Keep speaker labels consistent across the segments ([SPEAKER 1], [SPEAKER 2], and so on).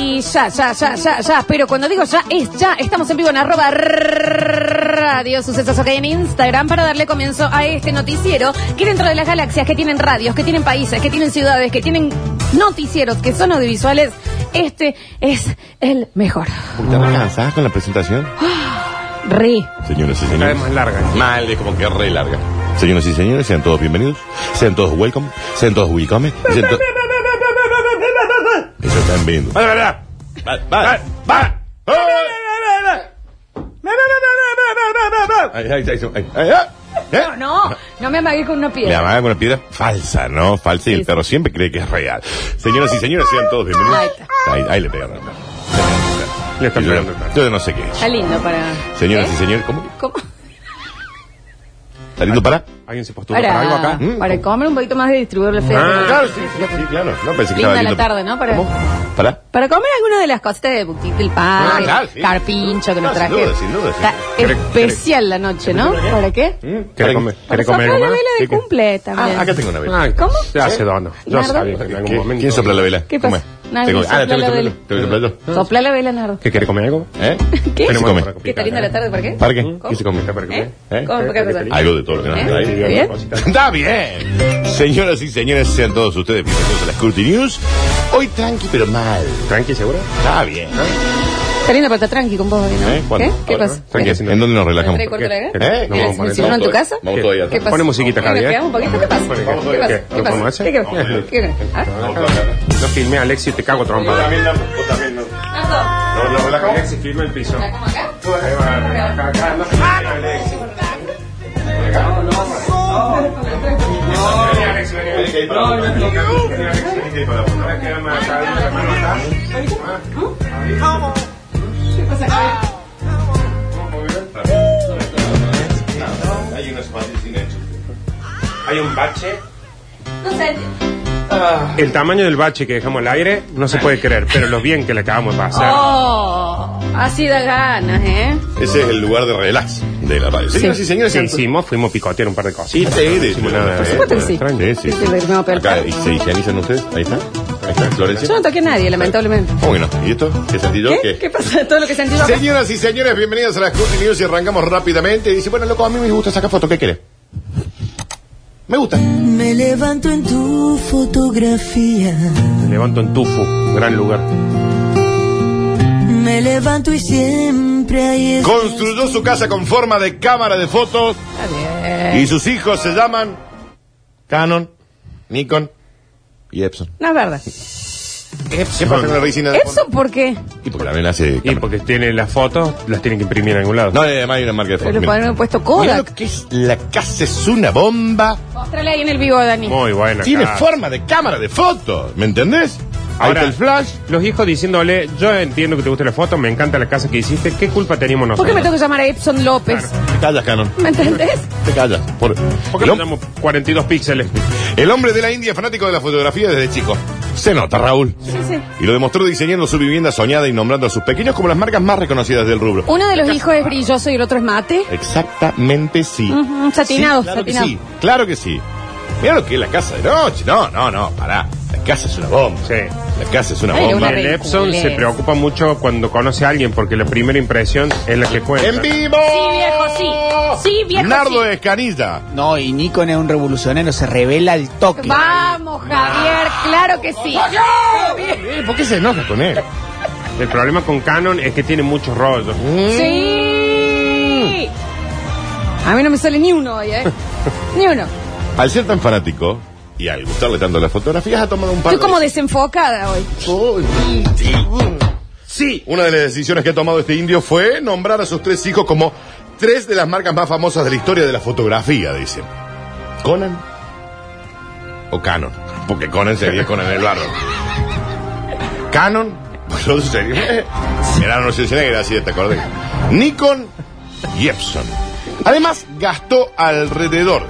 [SPEAKER 1] Y ya, ya, ya, ya, ya. Pero cuando digo ya, es ya. Estamos en vivo en arroba radio sucesos ok en Instagram para darle comienzo a este noticiero que dentro de las galaxias, que tienen radios, que tienen países, que tienen ciudades, que tienen noticieros, que son audiovisuales, este es el mejor.
[SPEAKER 2] ¿Están cansadas con la presentación?
[SPEAKER 1] Re.
[SPEAKER 2] Señoras y
[SPEAKER 3] Cada vez
[SPEAKER 2] señores.
[SPEAKER 3] más larga.
[SPEAKER 2] Mal, es como que re larga. Señoras y señores, sean todos bienvenidos, sean todos welcome, sean todos welcome, sean todos... Eso están viendo.
[SPEAKER 3] Vale, vale, vale.
[SPEAKER 2] Va, va, va. Ay, ay, ay, ay, ay, ay. ¿Eh?
[SPEAKER 1] No, no me amagué con una
[SPEAKER 2] Le
[SPEAKER 1] piedra.
[SPEAKER 2] amagan con una piedra falsa, ¿no? Falsa y el perro siempre cree que es real. Señoras y señores, sean todos bienvenidos.
[SPEAKER 1] Ahí está.
[SPEAKER 2] Ahí, ahí le pegaron.
[SPEAKER 3] Le están
[SPEAKER 2] Yo,
[SPEAKER 3] pegando el perro.
[SPEAKER 2] yo no sé qué es.
[SPEAKER 1] Está lindo para.
[SPEAKER 2] Señoras
[SPEAKER 1] ¿Eh?
[SPEAKER 2] y señores, ¿cómo?
[SPEAKER 1] ¿Cómo?
[SPEAKER 2] ¿Está lindo para?
[SPEAKER 3] ¿Alguien se postuló para, algo
[SPEAKER 1] Para,
[SPEAKER 3] acá?
[SPEAKER 2] Mm.
[SPEAKER 1] para comer un poquito más de distribuirle feo.
[SPEAKER 3] Ah,
[SPEAKER 2] Claro, sí, sí, sí, claro. No pensé que
[SPEAKER 1] Linda
[SPEAKER 2] estaba
[SPEAKER 1] la
[SPEAKER 2] lindo.
[SPEAKER 1] tarde, ¿no? Para-
[SPEAKER 2] ¿Cómo? ¿Para?
[SPEAKER 1] Para comer alguna de las cositas de Buquito el Pan,
[SPEAKER 2] Ah, claro, sí.
[SPEAKER 1] carpincho que
[SPEAKER 2] No,
[SPEAKER 1] nos
[SPEAKER 2] sin
[SPEAKER 1] traje.
[SPEAKER 2] duda, sin duda, sí.
[SPEAKER 1] Está
[SPEAKER 3] ¿Querés-
[SPEAKER 1] especial la noche, ¿no? ¿Para qué?
[SPEAKER 3] ¿Querés comer,
[SPEAKER 1] Para
[SPEAKER 3] ¿Querés comer
[SPEAKER 1] soplar la vela
[SPEAKER 3] algo más?
[SPEAKER 1] de
[SPEAKER 3] ¿Qué-
[SPEAKER 1] cumple también.
[SPEAKER 2] Ah, acá tengo una vela.
[SPEAKER 3] Ah,
[SPEAKER 1] ¿Cómo?
[SPEAKER 3] Se hace dono. Yo
[SPEAKER 1] Nardo.
[SPEAKER 3] sabía que en algún
[SPEAKER 2] ¿Qué-
[SPEAKER 3] momento.
[SPEAKER 2] ¿Quién sopla la vela?
[SPEAKER 1] ¿Qué
[SPEAKER 2] ¿Cómo
[SPEAKER 1] pasa?
[SPEAKER 2] es?
[SPEAKER 1] Nadie
[SPEAKER 2] Tengo- Ah,
[SPEAKER 1] sopla
[SPEAKER 2] tengo que
[SPEAKER 1] la
[SPEAKER 2] soplarlo.
[SPEAKER 1] vela.
[SPEAKER 2] Tengo que soplarlo.
[SPEAKER 1] Sopla la vela, Nardo.
[SPEAKER 3] ¿Qué quiere comer algo?
[SPEAKER 2] ¿Eh?
[SPEAKER 1] ¿Qué?
[SPEAKER 2] se come?
[SPEAKER 1] Que está linda la tarde, ¿para qué?
[SPEAKER 2] ¿Para qué?
[SPEAKER 1] ¿Cómo?
[SPEAKER 2] ¿Qué se come?
[SPEAKER 3] ¿Para qué?
[SPEAKER 1] ¿Eh?
[SPEAKER 2] ¿Eh?
[SPEAKER 1] ¿Cómo? ¿Para qué cosa?
[SPEAKER 2] Algo de todo lo que nos
[SPEAKER 1] ¿Eh?
[SPEAKER 2] trae.
[SPEAKER 1] ¿Bien?
[SPEAKER 2] Está bien. Señoras y señores, sean todos ustedes bienvenidos a las Curti News. Hoy tranqui, pero mal.
[SPEAKER 3] ¿Tranqui, seguro?
[SPEAKER 2] Está bien.
[SPEAKER 1] Está linda para estar tranqui con vos, ¿no?
[SPEAKER 2] ¿Eh? ¿Cuándo?
[SPEAKER 1] ¿Qué? ¿Qué
[SPEAKER 2] Ahora,
[SPEAKER 1] pasa?
[SPEAKER 3] Tranqui,
[SPEAKER 1] ¿Qué?
[SPEAKER 3] así no.
[SPEAKER 2] ¿En dónde nos relajamos?
[SPEAKER 1] ¿Tres y cuarto de la
[SPEAKER 3] ¿é?
[SPEAKER 1] gana?
[SPEAKER 2] ¿Eh?
[SPEAKER 3] No, vamos a poner
[SPEAKER 1] ¿Se hicieron en tu
[SPEAKER 2] Vamos
[SPEAKER 1] casa?
[SPEAKER 2] todavía. Vamos todavía.
[SPEAKER 1] ¿Qué pasa?
[SPEAKER 3] Pone musiquita,
[SPEAKER 1] Bueno,
[SPEAKER 3] Javier.
[SPEAKER 1] ¿quedamos un poquito? ¿Qué pasa? ¿Qué
[SPEAKER 3] Vamos,
[SPEAKER 1] pasa? ¿Qué
[SPEAKER 3] ¿qué? ¿Lo podemos
[SPEAKER 1] pasa?
[SPEAKER 3] hacer?
[SPEAKER 1] ¿Qué pasa? ¿Qué pasa?
[SPEAKER 3] No, no filmé a Alexis, te cago trompa.
[SPEAKER 2] no, vos también no.
[SPEAKER 1] ¿Ah?
[SPEAKER 2] ¿No nos relajamos?
[SPEAKER 3] Alexis filma el piso.
[SPEAKER 1] ¿Nardo? ¿Cómo acá?
[SPEAKER 3] Ahí va, acá, acá, no filme a Alexis. Vení, Alexis, vení, Alexis. Vení, Alexis, vení, que ahí para vos. Ahora queda más acá, la mano acá.
[SPEAKER 2] Hay unos zapatos sin hecho.
[SPEAKER 3] Hay un bache.
[SPEAKER 1] No sé.
[SPEAKER 3] El tamaño del bache que dejamos al aire no se puede creer, pero lo bien que le acabamos de pasar.
[SPEAKER 1] Oh, así da ganas, ¿eh?
[SPEAKER 2] Ese es el lugar de relax de la radio. Señoras y señores,
[SPEAKER 3] ¿Qué
[SPEAKER 2] sean
[SPEAKER 3] hicimos? Fuimos a picotear un par de cosas.
[SPEAKER 2] Sí, sí, de
[SPEAKER 3] hicimos nada,
[SPEAKER 2] por
[SPEAKER 3] ¿eh?
[SPEAKER 2] supuesto que sí.
[SPEAKER 3] Tranqui.
[SPEAKER 2] Sí, sí.
[SPEAKER 1] Sí, sí, no, pero-
[SPEAKER 2] Acá, ¿y ¿se higienizan ustedes? Ahí está. Ahí está, Florencia.
[SPEAKER 1] Yo no toqué a nadie, lamentablemente. ¿Eh?
[SPEAKER 2] ¿Cómo que no? ¿Y esto? ¿Qué sentí yo?
[SPEAKER 1] ¿Qué? ¿Qué pasa? Todo lo que sentí yo acá.
[SPEAKER 2] Señoras y señores, bienvenidos a las Curti News y arrancamos rápidamente. Dice, bueno, loco, a mí me gusta sacar fotos, ¿qué querés? Me gusta.
[SPEAKER 4] Me levanto en tu fotografía.
[SPEAKER 3] Me levanto en Tufu, gran lugar.
[SPEAKER 4] Me levanto y siempre ahí es.
[SPEAKER 2] Construyó su casa con forma de cámara de fotos
[SPEAKER 1] Está bien.
[SPEAKER 3] Eh.
[SPEAKER 2] y sus hijos se llaman Canon, Nikon y Epson.
[SPEAKER 1] No es verdad.
[SPEAKER 2] ¿Qué pasa con la resina de
[SPEAKER 1] ¿Eso por qué?
[SPEAKER 2] fotos? Y porque también hace
[SPEAKER 3] Y
[SPEAKER 2] cámara.
[SPEAKER 3] porque tienen las fotos, las tienen que imprimir en algún lado.
[SPEAKER 2] No, además hay una marca de fotos.
[SPEAKER 1] Pero
[SPEAKER 2] mira.
[SPEAKER 1] podrían haber puesto
[SPEAKER 2] Mirá lo
[SPEAKER 1] Kodak.
[SPEAKER 2] que es la casa, es una bomba.
[SPEAKER 1] Mostrale ahí en el vivo, Dani.
[SPEAKER 3] Muy buena.
[SPEAKER 2] Tiene
[SPEAKER 3] cara.
[SPEAKER 2] forma de cámara de fotos, ¿me entendés? Ahí
[SPEAKER 3] Ahora,
[SPEAKER 2] está el flash.
[SPEAKER 3] Los hijos diciéndole, yo entiendo que te guste la foto, me encanta la casa que hiciste, ¿qué culpa teníamos
[SPEAKER 1] ¿Por qué
[SPEAKER 3] nosotros?
[SPEAKER 1] me tengo que llamar a Epson López?
[SPEAKER 2] Te callas, Canon.
[SPEAKER 1] ¿Me entendés?
[SPEAKER 2] Te callas. Por-
[SPEAKER 3] ¿Por qué
[SPEAKER 2] el,
[SPEAKER 3] le
[SPEAKER 2] hom-
[SPEAKER 3] damos 42 píxeles?
[SPEAKER 2] el hombre de la India fanático de la fotografía desde chico. Se nota, Raúl.
[SPEAKER 1] Sí, sí.
[SPEAKER 2] Y lo demostró diseñando su vivienda soñada y nombrando a sus pequeños como las marcas más reconocidas del rubro.
[SPEAKER 1] Uno de los hijos es brilloso y el otro es mate.
[SPEAKER 2] Exactamente sí.
[SPEAKER 1] Ujú, satinado,
[SPEAKER 2] Sí, claro
[SPEAKER 1] satinado.
[SPEAKER 2] que sí. Claro que sí. Mira lo que es la casa de noche. No, no, no, pará. La casa es una bomba.
[SPEAKER 3] Sí.
[SPEAKER 2] La casa es una
[SPEAKER 1] Ay,
[SPEAKER 2] bomba.
[SPEAKER 1] una
[SPEAKER 3] El Epson se
[SPEAKER 1] Películas.
[SPEAKER 3] preocupa mucho cuando conoce a alguien porque la primera impresión es la que cuenta.
[SPEAKER 2] ¡En vivo!
[SPEAKER 1] Sí, viejo, sí. Sí, viejo,
[SPEAKER 2] Nardo
[SPEAKER 1] sí.
[SPEAKER 2] Escanilla.
[SPEAKER 5] No, y Nikon es un revolucionario, se revela el toque.
[SPEAKER 1] Vamos, Javier, claro que sí.
[SPEAKER 2] Eh, ¿Por qué se enoja con él?
[SPEAKER 3] El problema con Canon es que tiene muchos rollos.
[SPEAKER 1] Sí.
[SPEAKER 2] Mm.
[SPEAKER 1] A mí no me sale ni uno hoy, ¿eh? Ni uno.
[SPEAKER 2] Al ser tan fanático y al gustarle tanto las fotografías, ha tomado un par
[SPEAKER 1] Estoy como
[SPEAKER 2] de...
[SPEAKER 1] desenfocada hoy.
[SPEAKER 3] Sí.
[SPEAKER 2] Una de las decisiones que ha tomado este indio fue nombrar a sus tres hijos como tres de las marcas más famosas de la historia de la fotografía, dicen. ¿Conan? ¿O Canon? Porque Conan sería Conan el barro. ¿Canon? Pues no sería... Era no sé si era así, ¿te acordás? Nikon Jepson. Además, gastó alrededor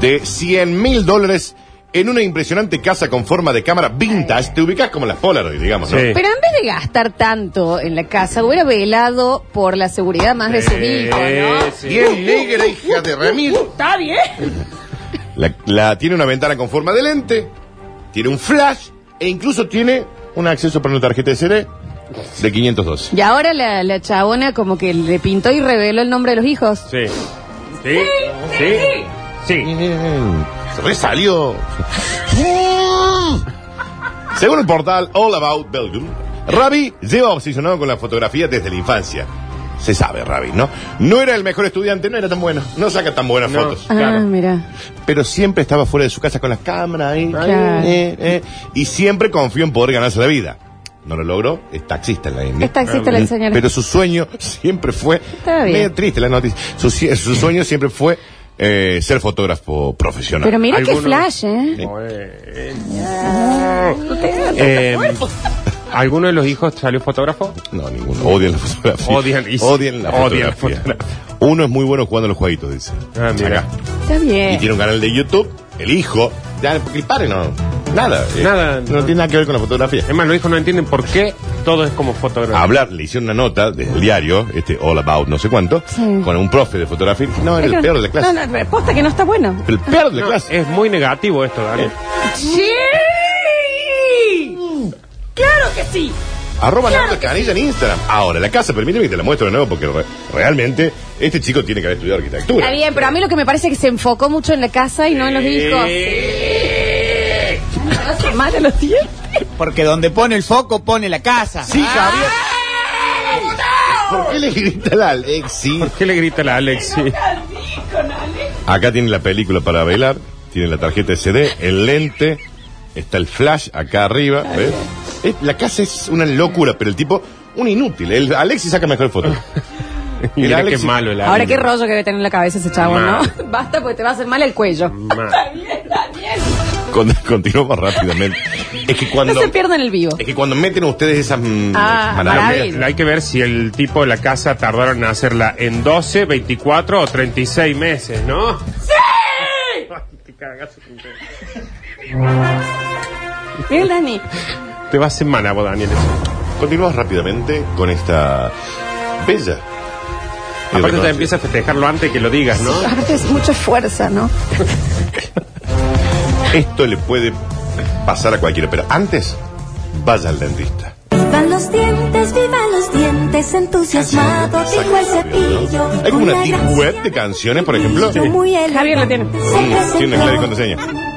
[SPEAKER 2] de 100 mil dólares en una impresionante casa con forma de cámara vintage. Te ubicas como las Polaroid, digamos, ¿no?
[SPEAKER 6] Sí.
[SPEAKER 1] Pero en vez de gastar tanto en la casa, hubiera velado por la seguridad más de su hijo, ¿no?
[SPEAKER 2] Bien negra, hija
[SPEAKER 1] uh,
[SPEAKER 2] de Remil.
[SPEAKER 1] Está bien.
[SPEAKER 2] La, la- tiene una ventana con forma de lente, tiene un flash e incluso tiene un acceso para una tarjeta de CD de 512.
[SPEAKER 1] Y ahora la, la chabona como que le pintó y reveló el nombre de los hijos.
[SPEAKER 6] Sí. Sí. Sí. Sí.
[SPEAKER 2] Bien. Se resalió. Según el portal All About Belgium, Ravi lleva obsesionado con la fotografía desde la infancia. Se sabe, Ravi, ¿no? No era el mejor estudiante, no era tan bueno, no saca tan buenas
[SPEAKER 6] No.
[SPEAKER 2] fotos.
[SPEAKER 1] Ah,
[SPEAKER 6] Claro.
[SPEAKER 1] mira.
[SPEAKER 2] Pero siempre estaba fuera de su casa con las cámaras ahí.
[SPEAKER 1] Claro.
[SPEAKER 2] eh, eh, y siempre confió en poder ganarse la vida. No lo logró, es taxista en la India.
[SPEAKER 1] Es taxista la señora.
[SPEAKER 2] Pero su sueño siempre fue.
[SPEAKER 1] Está bien.
[SPEAKER 2] medio triste la noticia. Su, sie- su sueño siempre fue eh, ser fotógrafo profesional.
[SPEAKER 1] Pero mira qué
[SPEAKER 6] Algunos-
[SPEAKER 1] flash, ¿eh?
[SPEAKER 6] Eh, ¿Alguno de los hijos salió fotógrafo?
[SPEAKER 2] No, ninguno. Odian la fotografía.
[SPEAKER 6] Odian- y sí,
[SPEAKER 2] Odian la
[SPEAKER 6] odian la
[SPEAKER 2] fotografía.
[SPEAKER 6] fotografía.
[SPEAKER 2] Uno es muy bueno jugando a los jueguitos, dice.
[SPEAKER 6] Ah, mira.
[SPEAKER 2] Acá.
[SPEAKER 1] Está
[SPEAKER 2] Y
[SPEAKER 1] bien.
[SPEAKER 2] tiene un canal de YouTube, el hijo. Ya, porque el padre no. Nada. eh,
[SPEAKER 6] Nada,
[SPEAKER 2] No,
[SPEAKER 6] no.
[SPEAKER 2] tiene nada que ver con la fotografía.
[SPEAKER 6] Es más, los hijos no entienden por qué todo es como fotógrafo.
[SPEAKER 2] hablar, le hicieron una nota desde el diario, este All About no sé cuánto,
[SPEAKER 1] Sí.
[SPEAKER 2] con un profe de fotografía. No, era el peor de la clase.
[SPEAKER 1] No, Eh. no, posta que no está bueno.
[SPEAKER 2] El peor de la
[SPEAKER 6] No,
[SPEAKER 2] clase.
[SPEAKER 6] es muy negativo esto,
[SPEAKER 1] Eh,
[SPEAKER 6] Dani.
[SPEAKER 1] ¡Sí! ¡Claro que sí!
[SPEAKER 2] Arroba Nardo Canilla en Instagram. Ahora, la casa, permíteme que te la muestro de nuevo porque re- realmente este chico tiene que haber estudiado arquitectura.
[SPEAKER 1] Está bien, pero a mí lo que me parece es que se enfocó mucho en la casa y no en los hijos. ¿Me vas a sumar a los diez?
[SPEAKER 5] Porque donde pone el foco, pone la casa. Ah,
[SPEAKER 2] Sí, Javier. ¿Por qué le grita la Alexi?
[SPEAKER 6] ¿Por qué le grita la Alexi?
[SPEAKER 2] Acá tiene la película para bailar, tiene la tarjeta de CD, el lente, está el flash acá arriba. ¿ves? Es- la casa es una locura, pero el tipo, un inútil. El Alexi saca mejor fotos.
[SPEAKER 6] Mira qué
[SPEAKER 2] Alexi.
[SPEAKER 6] malo el
[SPEAKER 1] Ahora
[SPEAKER 6] Alexi.
[SPEAKER 1] qué rollo que debe tener en la cabeza ese chavo, ¿no?
[SPEAKER 6] Mal.
[SPEAKER 1] Basta porque te va a hacer mal el cuello.
[SPEAKER 6] Mal.
[SPEAKER 2] Con- continuamos rápidamente. Es que
[SPEAKER 1] No
[SPEAKER 2] cuando Eh.
[SPEAKER 1] se pierdan el vivo.
[SPEAKER 2] es que cuando meten ustedes esas mm,
[SPEAKER 1] Ah,
[SPEAKER 2] maravillas,
[SPEAKER 1] maravilla.
[SPEAKER 6] Hay que ver si el tipo de la casa tardaron en hacerla en 12, 24 o 36 meses, ¿no? ¡Sí!
[SPEAKER 1] Mira el Dani.
[SPEAKER 6] Te vas en manabo, Daniel. eso.
[SPEAKER 2] continuamos rápidamente con esta bella. y
[SPEAKER 6] Aparte te
[SPEAKER 2] reconocida-
[SPEAKER 6] empieza a festejarlo antes que lo digas, ¿no?
[SPEAKER 1] Aparte es mucha fuerza, ¿no?
[SPEAKER 2] Esto le puede pasar a cualquiera, pero antes vaya al dentista.
[SPEAKER 4] Vivan los dientes, vivan los dientes, entusiasmado, dijo el cepillo.
[SPEAKER 2] Hay como una
[SPEAKER 4] gran
[SPEAKER 2] deep web de canciones, por ejemplo.
[SPEAKER 4] cepillo muy
[SPEAKER 1] Javier la
[SPEAKER 4] elegante,
[SPEAKER 1] tiene.
[SPEAKER 4] se
[SPEAKER 2] Mm, Tiene clave y
[SPEAKER 4] presentó.
[SPEAKER 2] contraseña.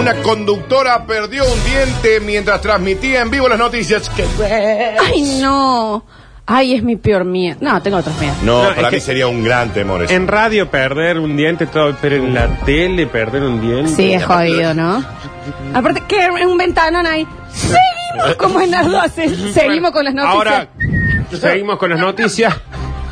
[SPEAKER 2] Una conductora perdió un diente mientras transmitía en vivo las noticias. ¿Qué?
[SPEAKER 1] Ay, no. Ay, es mi peor mía. No, tengo otros míos.
[SPEAKER 2] No,
[SPEAKER 6] No,
[SPEAKER 2] para
[SPEAKER 6] es
[SPEAKER 2] mí
[SPEAKER 6] que-
[SPEAKER 2] sería un gran temor eso.
[SPEAKER 6] En radio perder un diente, todo, pero en la tele perder un diente.
[SPEAKER 1] Sí, es jodido, ¿no? Aparte, que es un ventanón ahí. Seguimos como en las 12. Seguimos con las noticias.
[SPEAKER 6] Ahora, seguimos con las noticias.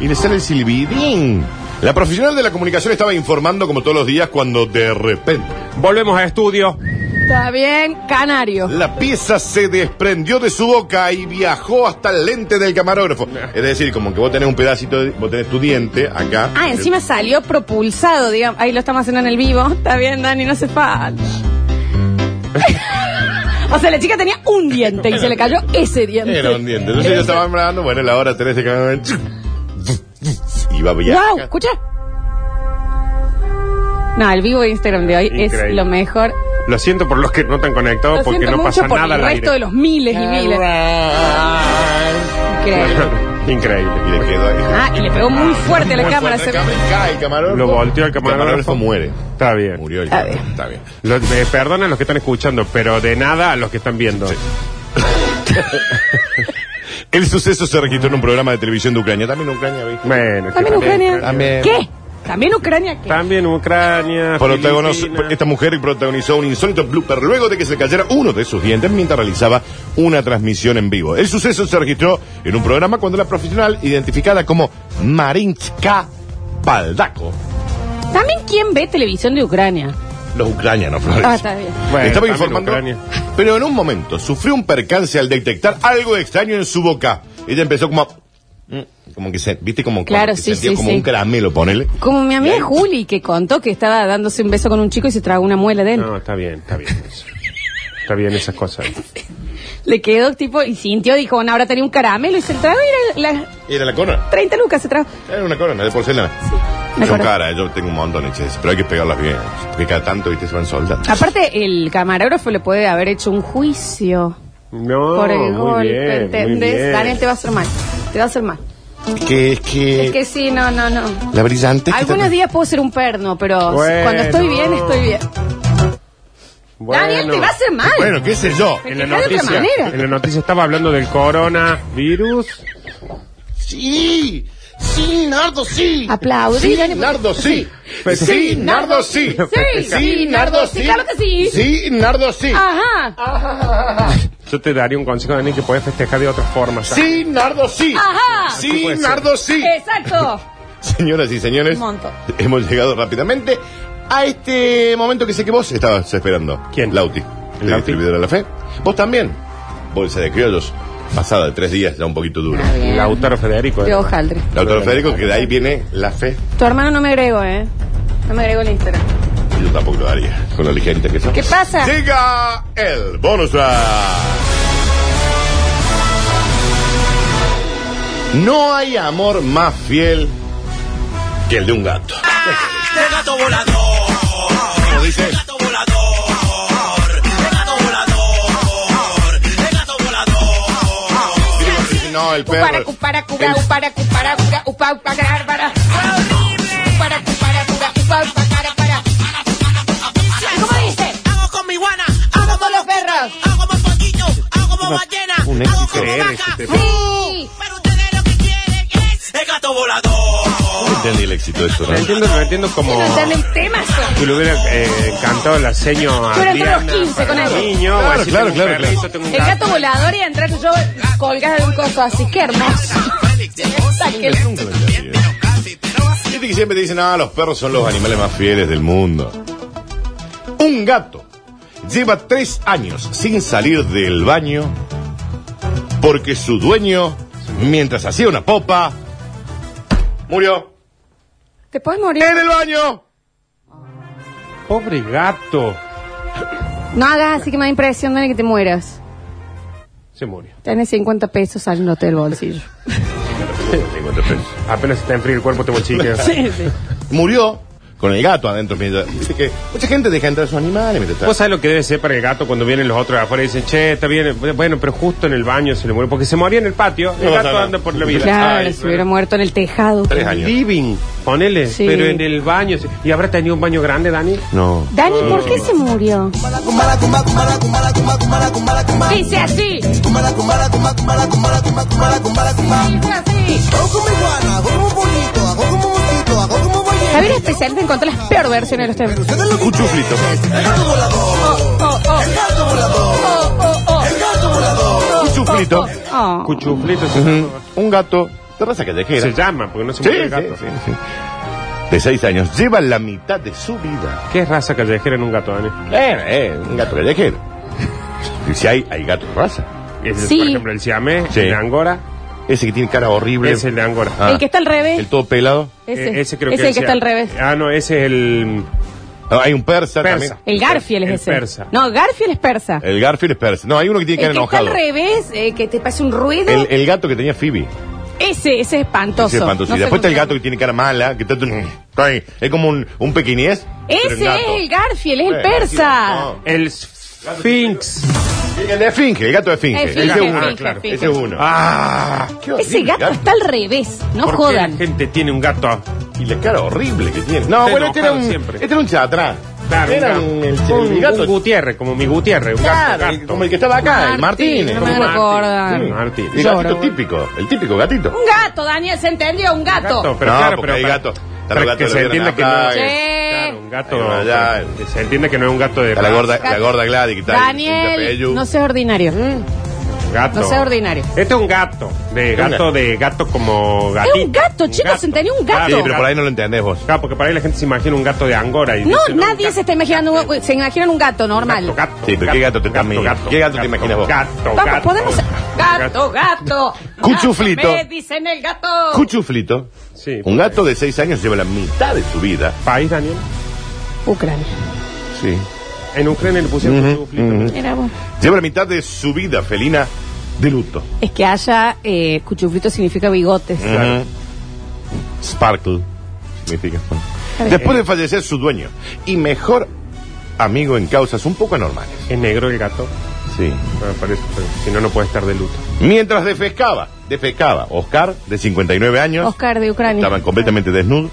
[SPEAKER 2] Y le sale el silbidín. La profesional de la comunicación estaba informando como todos los días cuando de repente
[SPEAKER 6] Volvemos a estudio.
[SPEAKER 1] Está bien, canario.
[SPEAKER 2] la pieza se desprendió de su boca y viajó hasta el lente del camarógrafo. Es decir, como que vos tenés un pedacito, de- vos tenés tu diente acá.
[SPEAKER 1] Ah, encima salió propulsado, digamos. Ahí lo estamos haciendo en el vivo. Está bien, Dani, no se falta. o sea, la chica tenía un diente y se le cayó ese diente.
[SPEAKER 2] Era un diente. Entonces yo estaba hablando, bueno, la hora 3 de cada Y va a
[SPEAKER 1] ¡Wow! ¿Escucha? No, el vivo de Instagram de hoy
[SPEAKER 6] Increíble.
[SPEAKER 1] es lo mejor.
[SPEAKER 6] Lo siento por los que no están conectados
[SPEAKER 1] Lo
[SPEAKER 6] porque
[SPEAKER 1] siento
[SPEAKER 6] no
[SPEAKER 1] mucho
[SPEAKER 6] pasa
[SPEAKER 1] por
[SPEAKER 6] nada
[SPEAKER 1] el
[SPEAKER 6] al
[SPEAKER 1] resto de
[SPEAKER 6] aire.
[SPEAKER 1] los miles y miles. Increíble.
[SPEAKER 2] Y
[SPEAKER 6] Increíble.
[SPEAKER 2] le quedó ahí.
[SPEAKER 1] Ah, y le pegó muy fuerte a la
[SPEAKER 2] Muy
[SPEAKER 1] cámara.
[SPEAKER 2] fuerte
[SPEAKER 1] Se...
[SPEAKER 2] la cámara y cae el camarógrafo.
[SPEAKER 6] Lo volteó el camarógrafo.
[SPEAKER 2] muere.
[SPEAKER 6] Está bien.
[SPEAKER 2] Murió el
[SPEAKER 1] Está
[SPEAKER 2] camarógrafo. Está bien.
[SPEAKER 6] Lo- eh, perdona a los que están escuchando, pero de nada a los que están viendo.
[SPEAKER 2] El suceso se registró en un programa de televisión de Ucrania. También Ucrania, ¿viste?
[SPEAKER 6] Bueno, que
[SPEAKER 1] También Ucrania.
[SPEAKER 2] También.
[SPEAKER 1] ¿Qué? ¿También Ucrania? ¿Qué?
[SPEAKER 6] También Ucrania.
[SPEAKER 2] Protagonizó-
[SPEAKER 6] Filipinas.
[SPEAKER 2] esta mujer protagonizó un insólito blooper luego de que se cayera uno de sus dientes mientras realizaba una transmisión en vivo. El suceso se registró en un programa cuando la profesional, identificada como Marinchka Baldaco,
[SPEAKER 1] ¿También quién ve televisión de Ucrania?
[SPEAKER 2] los ucranianos, Florencia.
[SPEAKER 1] Ah, está bien.
[SPEAKER 6] Bueno,
[SPEAKER 2] Estaba
[SPEAKER 6] también
[SPEAKER 2] informando,
[SPEAKER 6] Ucrania.
[SPEAKER 2] pero en un momento sufrió un percance al detectar algo extraño en su boca. Ella empezó como a- mm, Como que se, viste como,
[SPEAKER 1] Claro,
[SPEAKER 2] como que
[SPEAKER 1] sí,
[SPEAKER 2] sentía
[SPEAKER 1] sí,
[SPEAKER 2] como
[SPEAKER 1] sí.
[SPEAKER 2] un caramelo, ponele.
[SPEAKER 1] Como mi amiga
[SPEAKER 2] Y ahí-
[SPEAKER 1] Juli, que contó que estaba dándose un beso con un chico y se tragó una muela de él.
[SPEAKER 6] No, está bien, está bien. eso. Está bien esas cosas.
[SPEAKER 1] Le quedó tipo, y sintió, dijo, bueno, ahora tenía un caramelo y se tragó y era las
[SPEAKER 2] Era la corona.
[SPEAKER 1] 30 lucas se tragó.
[SPEAKER 2] Era una corona de porcelana.
[SPEAKER 1] me
[SPEAKER 2] Son
[SPEAKER 1] acuerdo.
[SPEAKER 2] caras, yo tengo un montón hechas, pero hay que pegarlas bien. Porque cada tanto, viste, se van soldando.
[SPEAKER 1] Aparte, el camarógrafo le puede haber hecho un juicio
[SPEAKER 6] No,
[SPEAKER 1] por el
[SPEAKER 6] muy
[SPEAKER 1] golpe,
[SPEAKER 6] bien, muy bien.
[SPEAKER 1] ¿entendés? Daniel, te va a hacer mal. Te va a hacer mal.
[SPEAKER 2] Que es que,
[SPEAKER 1] Es que sí, no, no, no.
[SPEAKER 2] la brillante. es que
[SPEAKER 1] Algunos
[SPEAKER 2] también-
[SPEAKER 1] días puedo ser un perno, pero
[SPEAKER 6] Bueno.
[SPEAKER 1] cuando estoy bien, estoy bien.
[SPEAKER 6] Bueno.
[SPEAKER 1] Daniel, te va a hacer mal.
[SPEAKER 2] Bueno, qué sé yo.
[SPEAKER 6] En la,
[SPEAKER 1] Festejar Pues de otra
[SPEAKER 6] noticia,
[SPEAKER 1] manera.
[SPEAKER 6] en la noticia estaba hablando del coronavirus.
[SPEAKER 2] Sí, sí, Nardo, sí.
[SPEAKER 1] Aplaudí,
[SPEAKER 2] Sí,
[SPEAKER 1] Dani, porque-
[SPEAKER 2] Nardo, sí.
[SPEAKER 6] Sí,
[SPEAKER 2] Sí, Nardo, sí.
[SPEAKER 1] Sí, sí, Nardo, sí, claro que sí. Ah.
[SPEAKER 2] Sí, Nardo, sí.
[SPEAKER 1] Ajá,
[SPEAKER 6] Yo te daría un consejo, Dani, que puedes festejar de otras formas.
[SPEAKER 2] Sí, Nardo, sí.
[SPEAKER 1] Ajá.
[SPEAKER 6] Así
[SPEAKER 2] Sí,
[SPEAKER 6] puede ser.
[SPEAKER 2] Nardo, sí.
[SPEAKER 1] exacto.
[SPEAKER 2] Señoras y señores,
[SPEAKER 1] Un montón.
[SPEAKER 2] hemos llegado rápidamente a este momento que sé que vos estabas esperando.
[SPEAKER 6] ¿Quién?
[SPEAKER 2] Lauti,
[SPEAKER 6] ¿El
[SPEAKER 2] el
[SPEAKER 6] Lauti?
[SPEAKER 2] distribuidor de la fe. Vos también. Bolsa de criollos, pasada de tres días, ya un poquito duro.
[SPEAKER 6] Lautaro Federico.
[SPEAKER 1] Yo,
[SPEAKER 6] ¿eh?
[SPEAKER 1] hojaldre.
[SPEAKER 2] Lautaro Federico, que de ahí viene la fe.
[SPEAKER 1] Tu hermano no me agregó, ¿eh? No me agregó en Instagram.
[SPEAKER 2] Yo tampoco lo haría, con lo ligerita que son.
[SPEAKER 1] ¿Qué pasa?
[SPEAKER 2] Llega el bonus track. No hay amor más fiel que el de un gato.
[SPEAKER 7] Ah, este gato volador.
[SPEAKER 2] Como dice,
[SPEAKER 7] El gato volador. El gato volador. El gato volador.
[SPEAKER 2] no, el
[SPEAKER 1] Para
[SPEAKER 2] perro.
[SPEAKER 1] cupara cuga, upara cupara cuga, upa upa cara para. Para cupara cuga, upa upa cara para. ¿Cómo dice?
[SPEAKER 7] Hago con mi guana. Hago
[SPEAKER 1] Vamos
[SPEAKER 7] con
[SPEAKER 1] con los perros.
[SPEAKER 7] Hago como poquito. Hago como ballena.
[SPEAKER 6] un
[SPEAKER 7] Hago
[SPEAKER 6] éxito.
[SPEAKER 7] como
[SPEAKER 6] Creer
[SPEAKER 7] vaca.
[SPEAKER 6] este
[SPEAKER 1] Sí.
[SPEAKER 7] Pero ustedes lo que quieren es el gato volador.
[SPEAKER 2] No entendí el éxito de eso,
[SPEAKER 6] Lo
[SPEAKER 2] ¿no?
[SPEAKER 6] entiendo, lo entiendo como
[SPEAKER 1] No sale el temazo.
[SPEAKER 6] que le hubiera eh, encantado la seño a
[SPEAKER 1] Yo era todos
[SPEAKER 6] Diana
[SPEAKER 1] los 15 con
[SPEAKER 6] para
[SPEAKER 1] él.
[SPEAKER 6] el niño.
[SPEAKER 2] Claro,
[SPEAKER 6] o así
[SPEAKER 2] claro,
[SPEAKER 6] tengo un
[SPEAKER 2] claro,
[SPEAKER 6] perrito,
[SPEAKER 2] claro.
[SPEAKER 6] tengo un
[SPEAKER 1] El gato volador y entrar yo colgada de un coso así. Qué hermoso. Sáquenlo.
[SPEAKER 2] Viste que siempre te dicen, ah, los perros son los animales más fieles del mundo. Un gato lleva tres años sin salir del baño porque su dueño, mientras hacía una popa, murió
[SPEAKER 1] ¿Te puedes morir?
[SPEAKER 2] en el baño.
[SPEAKER 6] Pobre gato.
[SPEAKER 1] No hagas así que me da impresión, Dani, que te mueras.
[SPEAKER 6] Se murió.
[SPEAKER 1] Tenés 50 pesos saliéndote del bolsillo.
[SPEAKER 2] 50 pesos.
[SPEAKER 6] Apenas está en frío el cuerpo, te mochique.
[SPEAKER 2] Murió con el gato adentro. mientras- Viste que mucha gente deja entrar a sus animales mientras está-
[SPEAKER 6] Vos sabés lo que debe ser para el gato cuando vienen los otros de afuera y dicen, che, está bien, bueno, pero justo en el baño se le muere, porque se moría en el patio, el
[SPEAKER 2] No,
[SPEAKER 6] gato
[SPEAKER 2] no, no.
[SPEAKER 6] anda por la vida.
[SPEAKER 1] Claro,
[SPEAKER 6] Ay,
[SPEAKER 1] se hubiera muerto en el tejado.
[SPEAKER 2] Tres
[SPEAKER 6] en el
[SPEAKER 2] años.
[SPEAKER 6] living, ponele,
[SPEAKER 1] Sí.
[SPEAKER 6] pero en el baño. se- ¿Y habrá tenido un baño grande, Dani?
[SPEAKER 2] No.
[SPEAKER 1] Dani, ¿por qué se murió? Dice así.
[SPEAKER 7] Hago con mi guana. Hago como bonito. Hago como bonito. Hago como ballena.
[SPEAKER 1] Javier es especialista en contra las peores versiones de los temas.
[SPEAKER 2] Un chuflito. Un chuflito.
[SPEAKER 1] Oh.
[SPEAKER 6] Cuchuflito se,
[SPEAKER 2] Mm, Un gato. Terraza callejera.
[SPEAKER 6] se llama, porque no se
[SPEAKER 2] Sí,
[SPEAKER 6] muere el
[SPEAKER 2] sí,
[SPEAKER 6] gato.
[SPEAKER 2] sí, sí. De seis años. Lleva la mitad de su vida.
[SPEAKER 6] ¿Qué raza callejera en un gato, Dani?
[SPEAKER 2] Eh, eh, un gato callejero. Y si hay, hay gato de raza.
[SPEAKER 6] Ese,
[SPEAKER 1] Sí.
[SPEAKER 6] Por ejemplo, el siamés,
[SPEAKER 2] Sí.
[SPEAKER 6] el de Angora,
[SPEAKER 2] Ese que tiene cara horrible.
[SPEAKER 6] es el de Angora.
[SPEAKER 2] Ah,
[SPEAKER 1] El que está al revés.
[SPEAKER 2] El e-, todo pelado.
[SPEAKER 1] ese
[SPEAKER 6] Eh, ese creo
[SPEAKER 1] Ese
[SPEAKER 6] que
[SPEAKER 1] el que
[SPEAKER 6] sea-
[SPEAKER 1] está al revés.
[SPEAKER 6] Ah, no, ese es el.
[SPEAKER 2] Ah, hay un persa,
[SPEAKER 6] Persa.
[SPEAKER 2] también.
[SPEAKER 1] El Garfield es
[SPEAKER 6] el
[SPEAKER 1] ese.
[SPEAKER 6] persa.
[SPEAKER 1] No, Garfield es persa.
[SPEAKER 2] El Garfield es persa. No, hay uno Eh, que tiene
[SPEAKER 1] El
[SPEAKER 2] cara
[SPEAKER 1] que está al
[SPEAKER 2] enojado.
[SPEAKER 1] revés, eh, que te pasa un ruido.
[SPEAKER 2] El, el gato que tenía Phoebe.
[SPEAKER 1] Ese, ese es espantoso.
[SPEAKER 2] Ese es espantoso.
[SPEAKER 1] No
[SPEAKER 2] y
[SPEAKER 1] sé
[SPEAKER 2] después está el
[SPEAKER 1] cómo
[SPEAKER 2] gato que tiene cara mala, que está, está ahí. es como un, un pequinés.
[SPEAKER 1] se llama.
[SPEAKER 2] pero
[SPEAKER 1] Ese
[SPEAKER 2] gato.
[SPEAKER 1] es el Garfield, es el
[SPEAKER 2] Eh,
[SPEAKER 1] persa.
[SPEAKER 2] no.
[SPEAKER 6] El Sphinx.
[SPEAKER 2] El de Esfinge, el gato de Esfinge.
[SPEAKER 1] El
[SPEAKER 2] Ese
[SPEAKER 1] Esfinge,
[SPEAKER 2] es uno,
[SPEAKER 1] Esfinge,
[SPEAKER 2] claro.
[SPEAKER 1] Esfinge.
[SPEAKER 2] Ese es uno.
[SPEAKER 6] ¡Ah!
[SPEAKER 2] Qué
[SPEAKER 1] Ese
[SPEAKER 2] horrible,
[SPEAKER 1] gato está al revés. No
[SPEAKER 6] ¿Por qué
[SPEAKER 1] jodan.
[SPEAKER 6] la gente tiene un gato?
[SPEAKER 2] Y la cara horrible que tiene. No,
[SPEAKER 6] Está
[SPEAKER 2] bueno, este era
[SPEAKER 6] enojado
[SPEAKER 2] un,
[SPEAKER 6] siempre.
[SPEAKER 2] este era un chatrán.
[SPEAKER 6] Claro,
[SPEAKER 2] era
[SPEAKER 6] un,
[SPEAKER 2] un, el,
[SPEAKER 6] gato. Un-
[SPEAKER 2] el gato.
[SPEAKER 6] un Gutiérrez, como mi Gutiérrez. Un
[SPEAKER 2] claro,
[SPEAKER 6] gato,
[SPEAKER 2] el-
[SPEAKER 6] gato.
[SPEAKER 2] como el que estaba acá, el Martínez.
[SPEAKER 1] no me
[SPEAKER 6] Martín.
[SPEAKER 1] recuerdan.
[SPEAKER 6] Sí,
[SPEAKER 2] El
[SPEAKER 6] Martín.
[SPEAKER 2] gatito
[SPEAKER 1] Lloro,
[SPEAKER 2] típico, el típico gatito.
[SPEAKER 1] Un gato, Daniel, se entendió, un gato.
[SPEAKER 6] Gato, pero
[SPEAKER 2] No,
[SPEAKER 6] claro,
[SPEAKER 2] porque
[SPEAKER 6] pero
[SPEAKER 2] hay
[SPEAKER 6] para-
[SPEAKER 2] gato.
[SPEAKER 6] para
[SPEAKER 2] Los gatos
[SPEAKER 6] que
[SPEAKER 2] lo
[SPEAKER 6] se
[SPEAKER 2] vieron
[SPEAKER 6] entienda
[SPEAKER 2] en
[SPEAKER 6] que
[SPEAKER 2] la
[SPEAKER 6] no
[SPEAKER 2] playa.
[SPEAKER 6] claro, un gato.
[SPEAKER 2] Bueno, allá,
[SPEAKER 6] que se entiende que no es un gato de
[SPEAKER 2] Está eh. la
[SPEAKER 6] raza.
[SPEAKER 2] gorda, la gorda Gladys que está ahí,
[SPEAKER 1] Daniel,
[SPEAKER 2] Cintia Pellu.
[SPEAKER 1] no seas ordinario.
[SPEAKER 6] gato.
[SPEAKER 1] No sea ordinario.
[SPEAKER 6] Este es un gato. De
[SPEAKER 2] Es un
[SPEAKER 6] gato,
[SPEAKER 2] gato.
[SPEAKER 6] de gato como
[SPEAKER 1] Es
[SPEAKER 6] gatito.
[SPEAKER 1] un gato, chicos, entendí un gato.
[SPEAKER 2] Sí, pero por ahí no lo entendés vos.
[SPEAKER 6] Claro, porque para ahí la gente se imagina un gato de Angora. Y
[SPEAKER 1] No,
[SPEAKER 6] dice,
[SPEAKER 1] nadie se está imaginando,
[SPEAKER 6] un gato,
[SPEAKER 1] se imaginan un gato normal.
[SPEAKER 6] Gato, gato,
[SPEAKER 2] Sí, pero ¿qué gato te
[SPEAKER 6] gato,
[SPEAKER 2] cami- qué gato te imaginas vos?
[SPEAKER 6] Gato,
[SPEAKER 1] Vamos,
[SPEAKER 6] gato.
[SPEAKER 1] podemos. Gato, gato.
[SPEAKER 2] Cuchuflito.
[SPEAKER 1] Me dicen el gato.
[SPEAKER 2] Cuchuflito.
[SPEAKER 6] Sí,
[SPEAKER 2] Un gato de 6 años lleva la mitad de su vida.
[SPEAKER 6] País, Daniel.
[SPEAKER 1] Ucrania.
[SPEAKER 2] Sí.
[SPEAKER 6] En Ucrania le pusieron
[SPEAKER 2] Ujú,
[SPEAKER 6] cuchuflito.
[SPEAKER 2] ujú.
[SPEAKER 1] Mira vos.
[SPEAKER 2] Lleva la mitad de su vida felina de luto.
[SPEAKER 1] Es que haya eh, cuchuflito significa bigotes.
[SPEAKER 2] Ujú. Sparkle. Significa. Después de fallecer su dueño y mejor amigo en causas un poco anormales.
[SPEAKER 6] Es negro el gato.
[SPEAKER 2] Sí.
[SPEAKER 6] Ah, parece, pero si no, no puede estar de luto.
[SPEAKER 2] Mientras defescaba, defecaba Oscar, de 59 años.
[SPEAKER 1] Oscar de Ucrania.
[SPEAKER 2] Estaban completamente desnudos.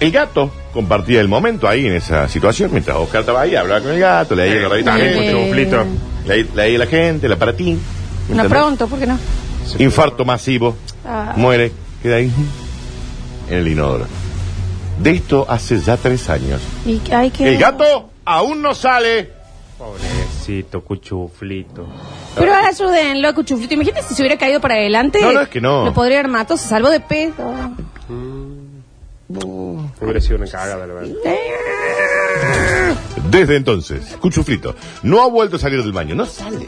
[SPEAKER 2] El gato compartía el momento ahí en esa situación, mientras Oscar estaba ahí, hablaba con el gato, leía la revista,
[SPEAKER 6] También
[SPEAKER 1] Eh.
[SPEAKER 6] cuchuflito.
[SPEAKER 2] leía, leía la gente, la para ti.
[SPEAKER 1] No
[SPEAKER 2] ¿entendés?
[SPEAKER 1] pronto, ¿por qué no?
[SPEAKER 2] Infarto masivo.
[SPEAKER 1] Ah.
[SPEAKER 2] Muere. Queda ahí. En el inodoro. De esto hace ya tres años.
[SPEAKER 1] Y hay que.
[SPEAKER 2] El gato aún no sale.
[SPEAKER 6] Pobrecito, cuchuflito.
[SPEAKER 1] Pero ayúdenlo, cuchuflito. Imagínate si se hubiera caído para adelante.
[SPEAKER 2] Ah. No, no, es que no.
[SPEAKER 1] Lo podría haber matado, se salvó de pedo.
[SPEAKER 6] Hubiera sido una cagada, la verdad.
[SPEAKER 2] Desde entonces, Cuchuflito no ha vuelto a salir del baño. No sale.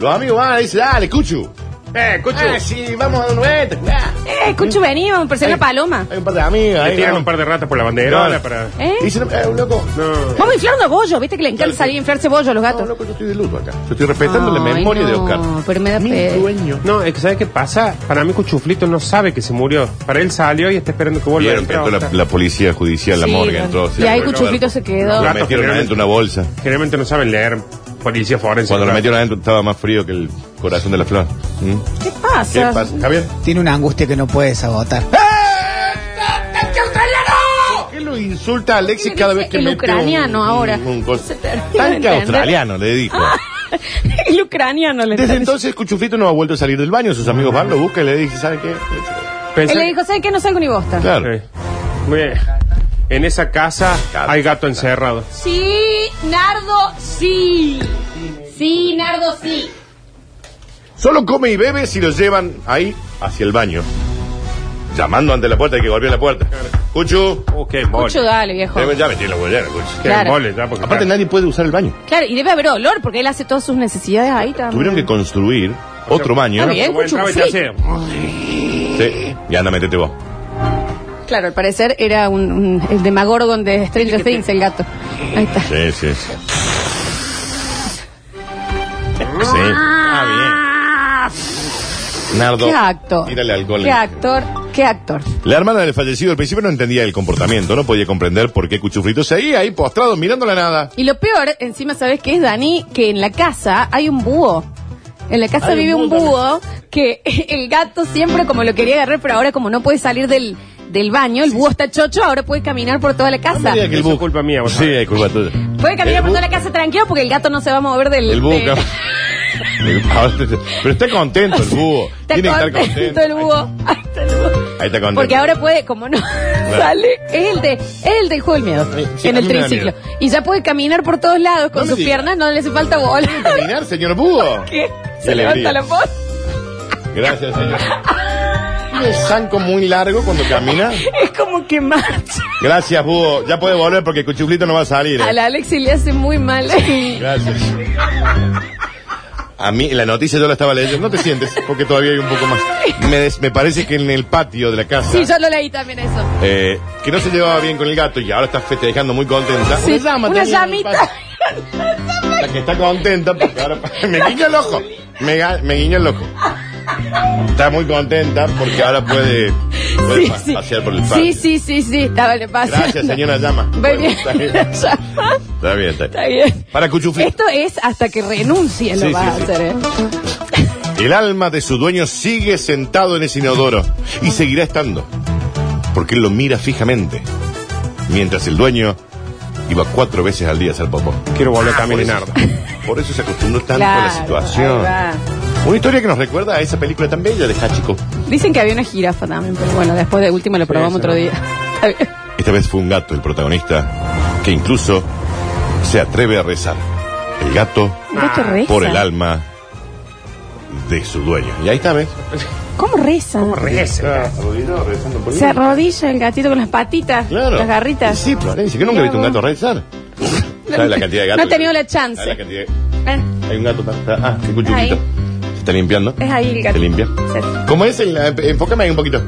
[SPEAKER 2] Los amigos van y dicen, dale, Cuchu.
[SPEAKER 6] ¡Eh, cuchu!
[SPEAKER 2] Ah, sí, vamos a dar una vuelta. Ah,
[SPEAKER 1] Eh, cuchu, vení, vamos a parecer una paloma.
[SPEAKER 2] Hay un par de amigos.
[SPEAKER 6] Le
[SPEAKER 2] ahí
[SPEAKER 6] tiran
[SPEAKER 2] vamos.
[SPEAKER 6] un par de ratas por la banderola
[SPEAKER 2] No.
[SPEAKER 6] para...
[SPEAKER 1] ¿Eh?
[SPEAKER 2] Dicen, eh, loco.
[SPEAKER 6] No.
[SPEAKER 1] Vamos a inflar unos bollos, viste que le encanta
[SPEAKER 2] Claro,
[SPEAKER 1] salir a inflarse bollos a los
[SPEAKER 2] No,
[SPEAKER 1] gatos.
[SPEAKER 2] loco, yo estoy de luto acá. Yo estoy respetando la
[SPEAKER 1] Ay,
[SPEAKER 2] memoria de
[SPEAKER 1] no,
[SPEAKER 2] Oscar.
[SPEAKER 1] pero me da
[SPEAKER 2] Mi
[SPEAKER 1] pena.
[SPEAKER 2] dueño.
[SPEAKER 6] No, es que ¿sabes qué pasa? Para mí Cuchuflito no sabe que se murió. Para él salió y está esperando que
[SPEAKER 2] Y
[SPEAKER 6] vuelva.
[SPEAKER 2] ahora
[SPEAKER 6] Entró,
[SPEAKER 2] empezó la,
[SPEAKER 6] está.
[SPEAKER 2] la policía judicial, la
[SPEAKER 1] Sí,
[SPEAKER 2] morgue
[SPEAKER 1] bueno.
[SPEAKER 2] entró.
[SPEAKER 1] Y ahí
[SPEAKER 2] volvió
[SPEAKER 1] Cuchuflito
[SPEAKER 2] a
[SPEAKER 1] se quedó.
[SPEAKER 2] Lo
[SPEAKER 6] Gato
[SPEAKER 2] metieron
[SPEAKER 6] generalmente.
[SPEAKER 2] adentro una bolsa.
[SPEAKER 6] Generalmente no saben leer policía forense.
[SPEAKER 2] Cuando lo
[SPEAKER 6] ¿verdad?
[SPEAKER 2] metieron adentro estaba más frío que el corazón de la flor. ¿Mm?
[SPEAKER 1] ¿Qué pasa?
[SPEAKER 2] ¿Qué pasa? Javier.
[SPEAKER 5] Tiene una angustia que no puede desabotar.
[SPEAKER 2] ¿Por qué lo insulta a
[SPEAKER 1] ¿Qué
[SPEAKER 2] Alexis
[SPEAKER 1] le
[SPEAKER 2] cada
[SPEAKER 1] dice
[SPEAKER 2] vez que
[SPEAKER 1] el
[SPEAKER 2] mete
[SPEAKER 1] ucraniano
[SPEAKER 2] un,
[SPEAKER 1] ahora?
[SPEAKER 2] Un, un cos-
[SPEAKER 1] Se termina de
[SPEAKER 2] Tanque
[SPEAKER 1] entender.
[SPEAKER 2] australiano, le dijo.
[SPEAKER 1] El ucraniano le está
[SPEAKER 2] Desde
[SPEAKER 1] diciendo.
[SPEAKER 2] entonces Cuchuflito no ha vuelto a salir del baño. Sus amigos van, lo buscan y le dicen, ¿sabe qué?
[SPEAKER 6] Pensé
[SPEAKER 1] Él le
[SPEAKER 6] que-
[SPEAKER 1] dijo, ¿sabes qué? No salgo ni bosta.
[SPEAKER 2] eh, Claro.
[SPEAKER 6] Sí. Muy bien. En esa casa
[SPEAKER 2] Gato.
[SPEAKER 6] hay gato encerrado.
[SPEAKER 1] Sí, Nardo, sí. Sí, Nardo, sí.
[SPEAKER 2] Solo come y bebe si lo llevan ahí hacia el baño. Llamando ante la puerta hay que golpear la puerta. Cuchu.
[SPEAKER 6] Oh, qué mole.
[SPEAKER 1] Cucho, dale, viejo.
[SPEAKER 2] Debe- Ya me tiene la bolera, Cuchu.
[SPEAKER 6] Qué
[SPEAKER 1] Claro.
[SPEAKER 6] mole, ya, porque
[SPEAKER 2] Aparte
[SPEAKER 6] claro,
[SPEAKER 2] nadie puede usar el baño.
[SPEAKER 1] Claro, y debe haber olor porque él hace todas sus necesidades ahí también.
[SPEAKER 2] Tuvieron que construir otro baño.
[SPEAKER 1] Está bien.
[SPEAKER 6] como entraba y te "Oh, hacía-
[SPEAKER 2] Sí. Y anda, metete vos.
[SPEAKER 1] Claro, al parecer era un, un- el demagorgon de Stranger Things, el gato. Ahí está.
[SPEAKER 2] Sí, sí, sí. Sí. Ah, bien. Nardo.
[SPEAKER 1] Qué actor.
[SPEAKER 2] Tírale alcohol.
[SPEAKER 1] Qué actor, qué actor.
[SPEAKER 2] La hermana del fallecido al principio no entendía el comportamiento, no podía comprender por qué Cuchufrito seguía ahí postrado mirando la nada.
[SPEAKER 1] Y lo peor, encima, ¿sabes qué es, Dani? Que en la casa hay un búho. En la casa
[SPEAKER 2] Hay un
[SPEAKER 1] vive un
[SPEAKER 2] búho
[SPEAKER 1] búho que el gato siempre como lo quería agarrar, pero ahora como no puede salir del, del baño, el búho está chocho, ahora puede caminar por toda la casa.
[SPEAKER 2] Mira que el
[SPEAKER 6] Eso
[SPEAKER 2] búho-
[SPEAKER 6] es culpa mía, vos
[SPEAKER 2] Sí,
[SPEAKER 6] sabés.
[SPEAKER 2] es culpa tuya.
[SPEAKER 1] Puede caminar
[SPEAKER 2] El
[SPEAKER 1] por
[SPEAKER 2] búho-
[SPEAKER 1] toda la casa tranquilo porque el gato no se va a mover del...
[SPEAKER 2] El búho.
[SPEAKER 1] del-
[SPEAKER 2] cam- El- ahora te- Pero está contento el búho.
[SPEAKER 1] Está
[SPEAKER 2] Tiene que estar
[SPEAKER 1] contento
[SPEAKER 2] contento.
[SPEAKER 1] el búho. Ahí está el búho.
[SPEAKER 2] Ahí está contento.
[SPEAKER 1] Porque ahora puede, como no sale, es el, de, es el del juego del miedo
[SPEAKER 2] Sí,
[SPEAKER 1] en
[SPEAKER 2] a
[SPEAKER 1] el
[SPEAKER 2] mí me da
[SPEAKER 1] triciclo.
[SPEAKER 2] miedo.
[SPEAKER 1] Y ya puede caminar por todos lados con
[SPEAKER 2] No me
[SPEAKER 1] sus
[SPEAKER 2] digas.
[SPEAKER 1] piernas, no le hace falta bola.
[SPEAKER 2] Caminar, señor búho.
[SPEAKER 1] ¿Qué?
[SPEAKER 2] Qué
[SPEAKER 1] Se levanta
[SPEAKER 2] alegría.
[SPEAKER 1] la voz.
[SPEAKER 2] Gracias, señor. Tiene un zanco muy largo cuando camina.
[SPEAKER 1] Es como que marcha.
[SPEAKER 2] Gracias, búho. Ya puede volver porque Cuchuflito no va a salir. ¿eh?
[SPEAKER 1] A la Alexi le hace muy mal.
[SPEAKER 2] Gracias. A mí, la noticia yo la estaba leyendo. No te sientes, porque todavía hay un poco más. Me, des- me parece que en el patio de la casa,
[SPEAKER 1] Sí, yo lo leí también eso.
[SPEAKER 2] eh, que no se llevaba bien con el gato y ahora está festejando muy contenta.
[SPEAKER 1] Sí, una
[SPEAKER 2] tenía en el
[SPEAKER 1] llamita.
[SPEAKER 2] patio. La que está contenta, porque ahora me guiña el ojo. Me, ga- me guiña el ojo. Está muy contenta porque ahora puede, puede
[SPEAKER 1] Sí,
[SPEAKER 2] pa-
[SPEAKER 1] sí.
[SPEAKER 2] pasear por el patio.
[SPEAKER 1] sí, sí, sí, sí. Estaba le pasa.
[SPEAKER 2] Gracias, señora llama.
[SPEAKER 1] Ve bien.
[SPEAKER 2] Está bien,
[SPEAKER 1] La llama.
[SPEAKER 2] está bien. está
[SPEAKER 1] Está
[SPEAKER 2] bien.
[SPEAKER 1] bien.
[SPEAKER 2] Para Cuchuflito.
[SPEAKER 1] Esto es hasta que renuncie lo
[SPEAKER 2] Sí,
[SPEAKER 1] va
[SPEAKER 2] sí,
[SPEAKER 1] a
[SPEAKER 2] sí.
[SPEAKER 1] hacer. ¿eh?
[SPEAKER 2] El alma de su dueño sigue sentado en ese inodoro y seguirá estando, porque él lo mira fijamente, mientras el dueño iba cuatro veces al día a hacer popó.
[SPEAKER 6] Quiero volver a
[SPEAKER 2] Por eso,
[SPEAKER 6] caminar.
[SPEAKER 2] por eso se acostumbró tanto a
[SPEAKER 1] Claro,
[SPEAKER 2] la situación.
[SPEAKER 1] ahí
[SPEAKER 2] Una historia que nos recuerda a esa película tan bella de Hachiko.
[SPEAKER 1] Dicen que había una jirafa también, pero bueno, después de último lo probamos
[SPEAKER 6] sí.
[SPEAKER 1] otro día.
[SPEAKER 2] Esta vez fue un gato el protagonista, que incluso se atreve a rezar. El gato
[SPEAKER 1] Gato reza.
[SPEAKER 2] por el alma de su dueño. Y ahí está, ¿ves?
[SPEAKER 8] ¿Cómo reza?
[SPEAKER 6] ¿Cómo reza?
[SPEAKER 2] arrodillado, rezando por
[SPEAKER 8] Se
[SPEAKER 2] mí.
[SPEAKER 8] arrodilla el gatito con las patitas,
[SPEAKER 2] Claro.
[SPEAKER 8] las garritas.
[SPEAKER 2] Sí, Florencia, que nunca he visto un gato rezar. ¿Sabes la cantidad de gatos?
[SPEAKER 8] No he tenido la
[SPEAKER 2] ¿Sabes la
[SPEAKER 8] chance.
[SPEAKER 2] cantidad de-
[SPEAKER 8] Eh,
[SPEAKER 2] Hay un gato. está- Ah, qué cuchurito.
[SPEAKER 8] Ahí.
[SPEAKER 2] Se está limpiando.
[SPEAKER 8] es ahí el gato.
[SPEAKER 2] Se limpia.
[SPEAKER 8] Sí,
[SPEAKER 2] ¿Cómo es el.? eh, Enfócame ahí un poquito.
[SPEAKER 8] sí,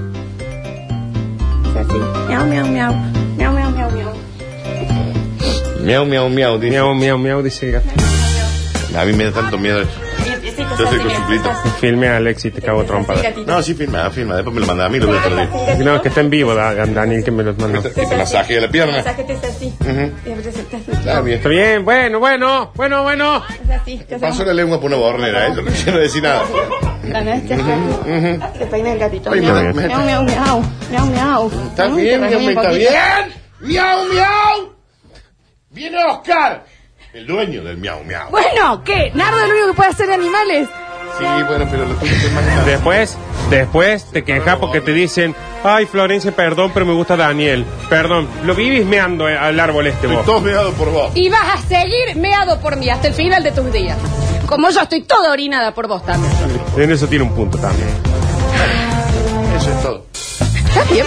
[SPEAKER 8] así. Miau, miau, miau. Miau, miau, miau, miau.
[SPEAKER 2] Miau, miau, miau. dice.
[SPEAKER 6] Miau, miau, miau, dice el gato.
[SPEAKER 2] A mí me da tanto miedo eso. Yo soy cochuplito.
[SPEAKER 6] Filme a Alex y te cago trompada.
[SPEAKER 2] No, sí, firma, firma. Después me lo manda a mí, lo voy a perder.
[SPEAKER 6] No, que está en vivo, da- Daniel, que me los mandó.
[SPEAKER 2] Que te masaje la pierna. Está bien.
[SPEAKER 6] Está bien, bueno, bueno, bueno, bueno.
[SPEAKER 2] Pasó la lengua por una bornera, ¿eh? Yo no quiero decir nada.
[SPEAKER 8] Te peina el gatito.
[SPEAKER 2] Ay,
[SPEAKER 8] Miau,
[SPEAKER 2] me- me-
[SPEAKER 8] miau, miau, miau. Miau, miau.
[SPEAKER 2] ¿Está
[SPEAKER 8] Mm,
[SPEAKER 2] bien,
[SPEAKER 8] te
[SPEAKER 2] miau,
[SPEAKER 8] rasguña un
[SPEAKER 2] está
[SPEAKER 8] poquito.
[SPEAKER 2] bien? ¡Miau, miau! ¡Viene Oscar! El dueño del miau, miau.
[SPEAKER 8] Bueno, ¿qué? Nardo es el único que puede hacer animales.
[SPEAKER 2] Sí, bueno, pero lo tuyo es más grande.
[SPEAKER 6] Después, después te quejas porque te dicen, ay Florencia, perdón, pero me gusta Daniel. Perdón, lo vi vismeando eh, al árbol este
[SPEAKER 2] Estoy
[SPEAKER 6] vos.
[SPEAKER 2] todo meado por vos.
[SPEAKER 1] Y vas a seguir meado por mí hasta el final de tus días. Como yo estoy toda orinada por vos también.
[SPEAKER 6] En eso tiene un punto también.
[SPEAKER 2] Eso es todo.
[SPEAKER 1] ¿Estás bien?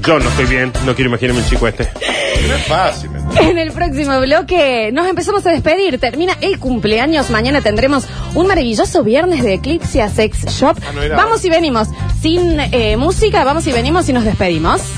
[SPEAKER 6] Yo no estoy bien, no quiero imaginarme el chico este.
[SPEAKER 2] No es fácil, ¿me entiendes?
[SPEAKER 1] En el próximo bloque nos empezamos a despedir. Termina el cumpleaños. Mañana tendremos un maravilloso viernes de Eclipse a Sex Shop.
[SPEAKER 2] Ah, no era.
[SPEAKER 1] vamos y venimos. Sin eh, música, vamos y venimos y nos despedimos.